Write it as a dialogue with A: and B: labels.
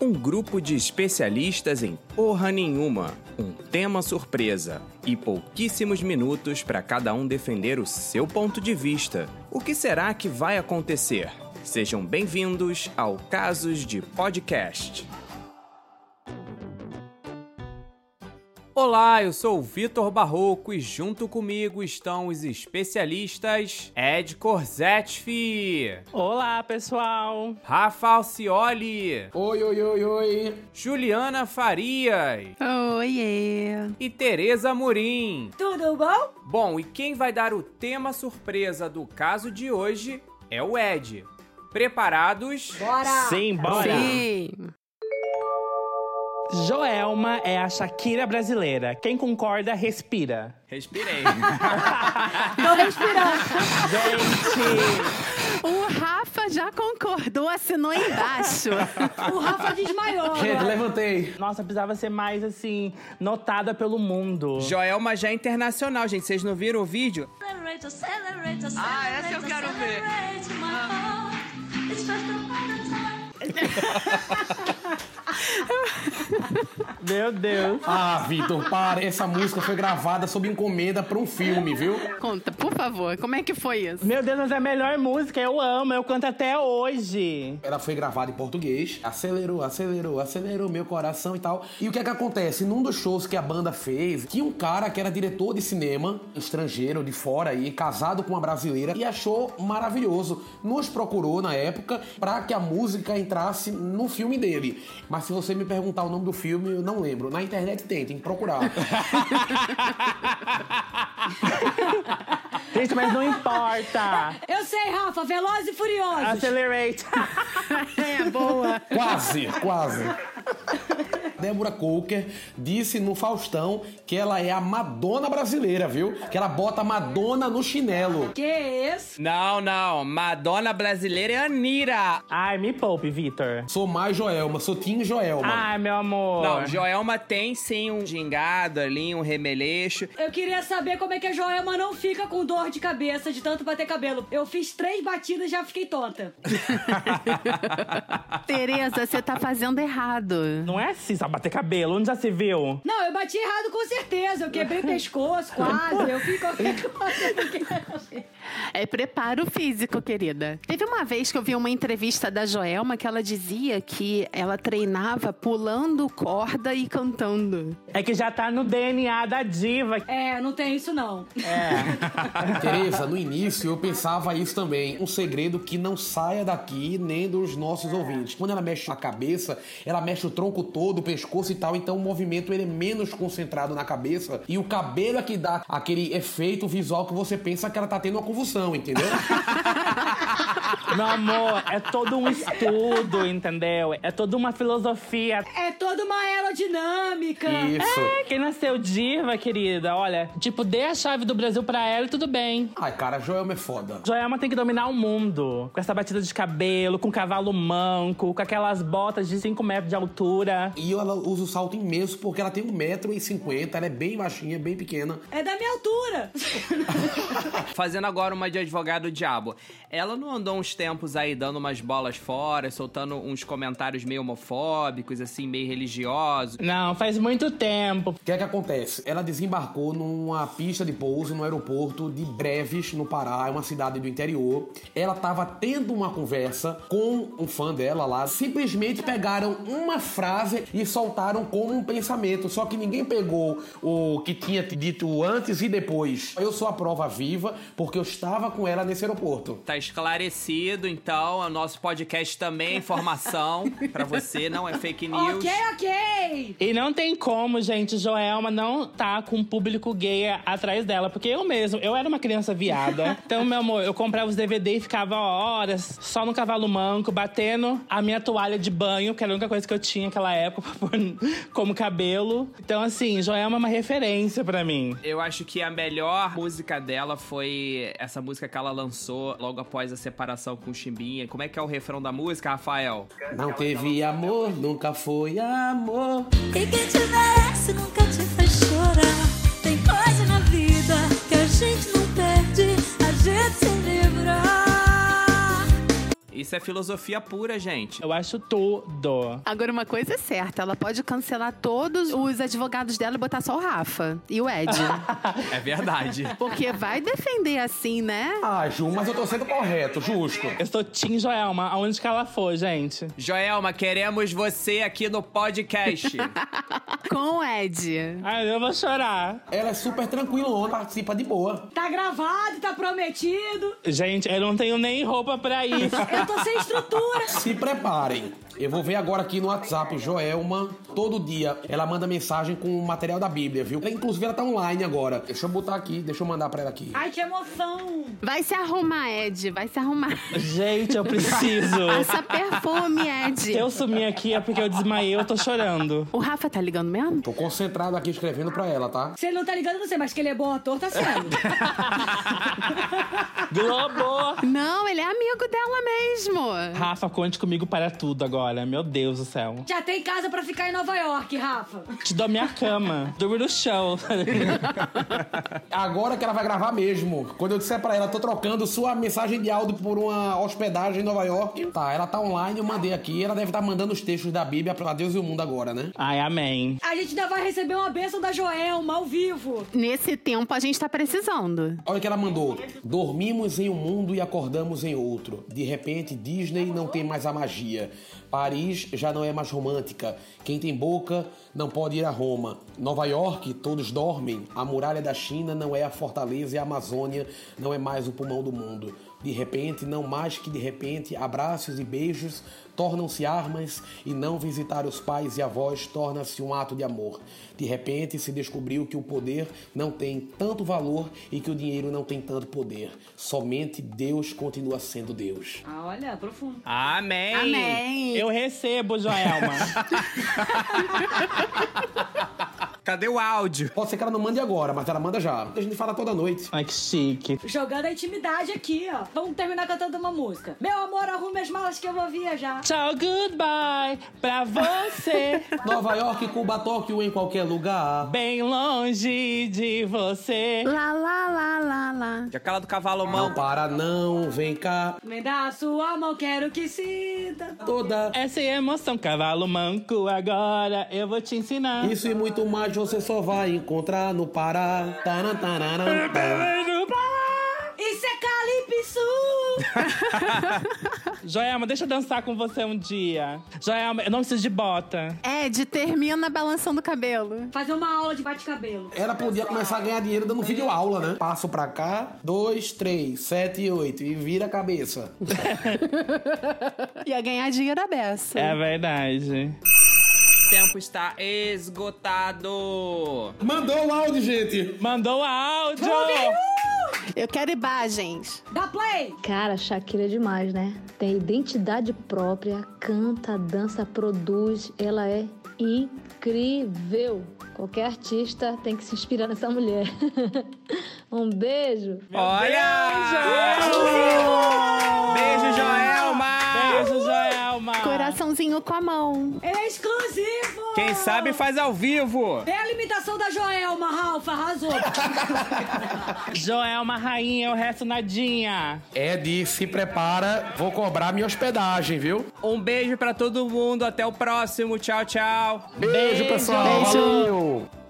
A: Um grupo de especialistas em porra nenhuma, um tema surpresa e pouquíssimos minutos para cada um defender o seu ponto de vista. O que será que vai acontecer? Sejam bem-vindos ao Casos de Podcast. Olá, eu sou o Vitor Barroco e junto comigo estão os especialistas Ed Corzetfi,
B: Olá, pessoal!
A: Rafa Alcioli,
C: Oi, oi, oi, oi.
A: Juliana Farias
D: Oiê!
A: e Tereza Murim.
E: Tudo bom?
A: Bom, e quem vai dar o tema surpresa do caso de hoje é o Ed. Preparados?
E: Bora!
B: Simbora!
D: Sim!
B: Joelma é a Shakira brasileira. Quem concorda, respira.
A: Respirei.
E: Tô respirando.
B: Gente!
D: O Rafa já concordou, assinou embaixo.
E: O Rafa desmaiou.
C: Gente,
E: agora.
C: levantei.
B: Nossa, precisava ser mais, assim, notada pelo mundo.
A: Joelma já é internacional, gente. Vocês não viram o vídeo?
F: Ah, essa eu quero ver. Ah.
B: Meu Deus.
C: Ah, Vitor, para. Essa música foi gravada sob encomenda pra um filme, viu?
D: Conta, por favor, como é que foi isso?
B: Meu Deus, mas é a melhor música. Eu amo, eu canto até hoje.
C: Ela foi gravada em português. Acelerou, acelerou, acelerou meu coração e tal. E o que é que acontece? Num dos shows que a banda fez, tinha um cara que era diretor de cinema, estrangeiro, de fora aí, casado com uma brasileira, e achou maravilhoso. Nos procurou na época pra que a música entrasse no filme dele. Mas se você me perguntar o nome do filme, eu não lembro. Na internet tem, tem que procurar.
B: Gente, mas não importa.
E: Eu sei, Rafa, veloz e furioso.
B: Accelerate.
D: É, boa!
C: Quase, quase. Débora Coker disse no Faustão que ela é a Madonna brasileira, viu? Que ela bota a Madonna no chinelo.
E: Que isso?
A: Não, não. Madonna brasileira é Anira.
B: Ai, me poupe, Vitor.
C: Sou mais Joelma, sou Tim Joelma.
B: Ai, meu amor.
A: Não, Joelma tem sim um gingado ali, um remeleixo.
E: Eu queria saber como é que a Joelma não fica com dor de cabeça de tanto bater cabelo. Eu fiz três batidas e já fiquei tonta.
D: Tereza, você tá fazendo errado.
B: Não é assim, só bater cabelo. Onde já se viu?
E: Não, eu bati errado com certeza. Eu quebrei pescoço, quase. Eu fiz qualquer coisa. que eu queria saber.
D: É preparo físico, querida. Teve uma vez que eu vi uma entrevista da Joelma que ela dizia que ela treinava pulando corda e cantando.
B: É que já tá no DNA da diva.
E: É, não tem isso não.
C: Tereza, no início eu pensava isso também. Um segredo que não saia daqui nem dos nossos ouvintes. Quando ela mexe a cabeça, ela mexe o tronco todo, o pescoço e tal. Então o movimento ele é menos concentrado na cabeça. E o cabelo é que dá aquele efeito visual que você pensa que ela tá tendo uma convulsão, entendeu?
B: Meu amor, é todo um estudo, entendeu? É toda uma filosofia.
E: É toda uma aerodinâmica.
C: Isso.
B: É, Quem nasceu diva, querida, olha, tipo, dê a chave do Brasil pra ela e tudo bem.
C: Ai, cara, Joelma é foda.
B: Joelma tem que dominar o mundo. Com essa batida de cabelo, com cavalo manco, com aquelas botas de 5 metros de altura.
C: E ela usa o salto imenso porque ela tem 1,50m, ela é bem baixinha, bem pequena.
E: É da minha altura.
A: Fazendo agora uma de advogado diabo. Ela não andou uns tempos aí dando umas bolas fora, soltando uns comentários meio homofóbicos, assim, meio religiosos.
B: Não, faz muito tempo.
C: O que é que acontece? Ela desembarcou numa pista de pouso no aeroporto de Breves, no Pará, é uma cidade do interior. Ela tava tendo uma conversa com um fã dela lá. Simplesmente pegaram uma frase e soltaram como um pensamento. Só que ninguém pegou o que tinha dito antes e depois. Eu sou a prova viva porque eu estava com ela nesse aeroporto.
A: Tá esclarecido, então. O nosso podcast também é informação pra você, não é fake news.
E: ok, ok.
B: E não tem como, gente, Joelma não tá com um público gay atrás dela. Porque eu mesmo, eu era uma criança viada. então, meu amor, eu comprava os DVD e ficava horas só no cavalo manco, batendo a minha toalha de banho, que era a única coisa que eu tinha naquela época, pra pôr como cabelo. Então, assim, Joelma é uma referência pra mim.
A: Eu acho que a melhor música dela foi essa música que ela lançou logo após a separação com o Chimbinha. Como é que é o refrão da música, Rafael?
C: Não teve amor, nunca foi amor.
G: E quem te merece nunca te faz chorar. Tem coisa na vida que a gente não perde, a gente se livra.
A: E Isso é filosofia pura, gente.
B: Eu acho tudo.
D: Agora, uma coisa é certa, ela pode cancelar todos os advogados dela e botar só o Rafa e o Ed.
A: É verdade.
D: Porque vai defender assim, né?
C: Ah, Ju, mas eu tô sendo correto, justo.
B: Eu sou Tim Joelma, aonde que ela for, gente.
A: Joelma, queremos você aqui no podcast.
D: Com o Ed.
B: Ai, eu vou chorar.
C: Ela é super tranquilona, participa de boa.
E: Tá gravado, tá prometido.
B: Gente, eu não tenho nem roupa pra isso.
E: Eu tô sem estrutura.
C: Se preparem. Eu vou ver agora aqui no WhatsApp, Joelma. Todo dia ela manda mensagem com o material da Bíblia, viu? Ela, inclusive, ela tá online agora. Deixa eu botar aqui, deixa eu mandar pra ela aqui.
E: Ai, que emoção.
D: Vai se arrumar, Ed. Vai se arrumar.
B: Gente, eu preciso.
D: Passa perfume, Ed.
B: Se eu sumir aqui é porque eu desmaiei, eu tô chorando.
D: O Rafa tá ligando mesmo?
C: Tô concentrado aqui escrevendo pra ela, tá?
E: Se ele não tá ligando, não sei, mas que ele é bom ator, tá sendo.
B: Globo!
D: Não, ele é amigo dela mesmo.
B: Rafa, conte comigo para tudo agora. Meu Deus do céu.
E: Já tem casa pra ficar em Nova York, Rafa.
B: Te dou minha cama. Durmo no chão.
C: Agora que ela vai gravar mesmo. Quando eu disser pra ela, tô trocando sua mensagem de áudio por uma hospedagem em Nova York. Tá, ela tá online, eu mandei aqui. Ela deve estar mandando os textos da Bíblia pra Deus e o mundo agora, né?
B: Ai, amém.
E: A gente ainda vai receber uma bênção da Joelma ao vivo.
D: Nesse tempo a gente tá precisando.
C: Olha o que ela mandou. Dormimos em um mundo e acordamos em outro. De repente, Disney não tem mais a magia. Paris já não é mais romântica. Quem tem boca não pode ir a Roma. Nova York, todos dormem. A muralha da China não é a fortaleza e a Amazônia não é mais o pulmão do mundo. De repente, não mais que de repente, abraços e beijos tornam-se armas e não visitar os pais e avós torna-se um ato de amor. De repente, se descobriu que o poder não tem tanto valor e que o dinheiro não tem tanto poder. Somente Deus continua sendo Deus.
E: Ah, olha, profundo.
A: Amém.
D: Amém.
B: Eu recebo, Joelma.
A: Cadê o áudio?
C: Pode ser que ela não mande agora, mas ela manda já. A gente fala toda noite.
B: Ai, que chique.
E: Jogando a intimidade aqui, ó. Vamos terminar cantando uma música. Meu amor, arrume as malas que eu vou viajar.
B: Tchau, goodbye pra você.
C: Nova York, Cuba, Tóquio, em qualquer lugar.
B: Bem longe de você.
D: Lá, lá, lá, lá, lá.
A: Jacaré do cavalo
C: Não
A: mão.
C: para, não, vem cá.
E: Me dá a sua mão, quero que sinta.
C: Toda.
B: Essa é a emoção, cavalo manco. Agora eu vou te ensinar.
C: Isso e muito mais você só vai encontrar no Pará. Taran, taran, taran.
E: Isso é calipso.
B: Joelma, deixa eu dançar com você um dia. Joelma, eu não preciso de bota.
D: Ed, termina balançando o cabelo.
E: Fazer uma aula de bate-cabelo.
C: Ela podia começar a ganhar dinheiro dando vídeo aula, né? Passo pra cá, dois, três, sete, oito e vira a cabeça.
D: Ia ganhar dinheiro à beça.
B: É verdade.
A: O tempo está esgotado.
C: Mandou o áudio, gente.
B: Mandou o áudio!
D: Eu quero imagens.
E: Dá play.
H: Cara, Shakira é demais, né? Tem identidade própria, canta, dança, produz. Ela é incrível. Qualquer artista tem que se inspirar nessa mulher. um beijo.
A: Olha! Um Beijo, Joelma!
B: Beijo, Joelma!
D: Coraçãozinho com a mão.
E: É Exclusivo.
A: Quem sabe faz ao vivo.
E: É a limitação da Joelma, Ralfa, arrasou.
B: Joelma, rainha, é o resto nadinha.
C: Ed, se prepara, vou cobrar minha hospedagem, viu?
A: Um beijo pra todo mundo. Até o próximo. Tchau, tchau.
C: Beijo, pessoal.
D: Beijo.
C: Valeu.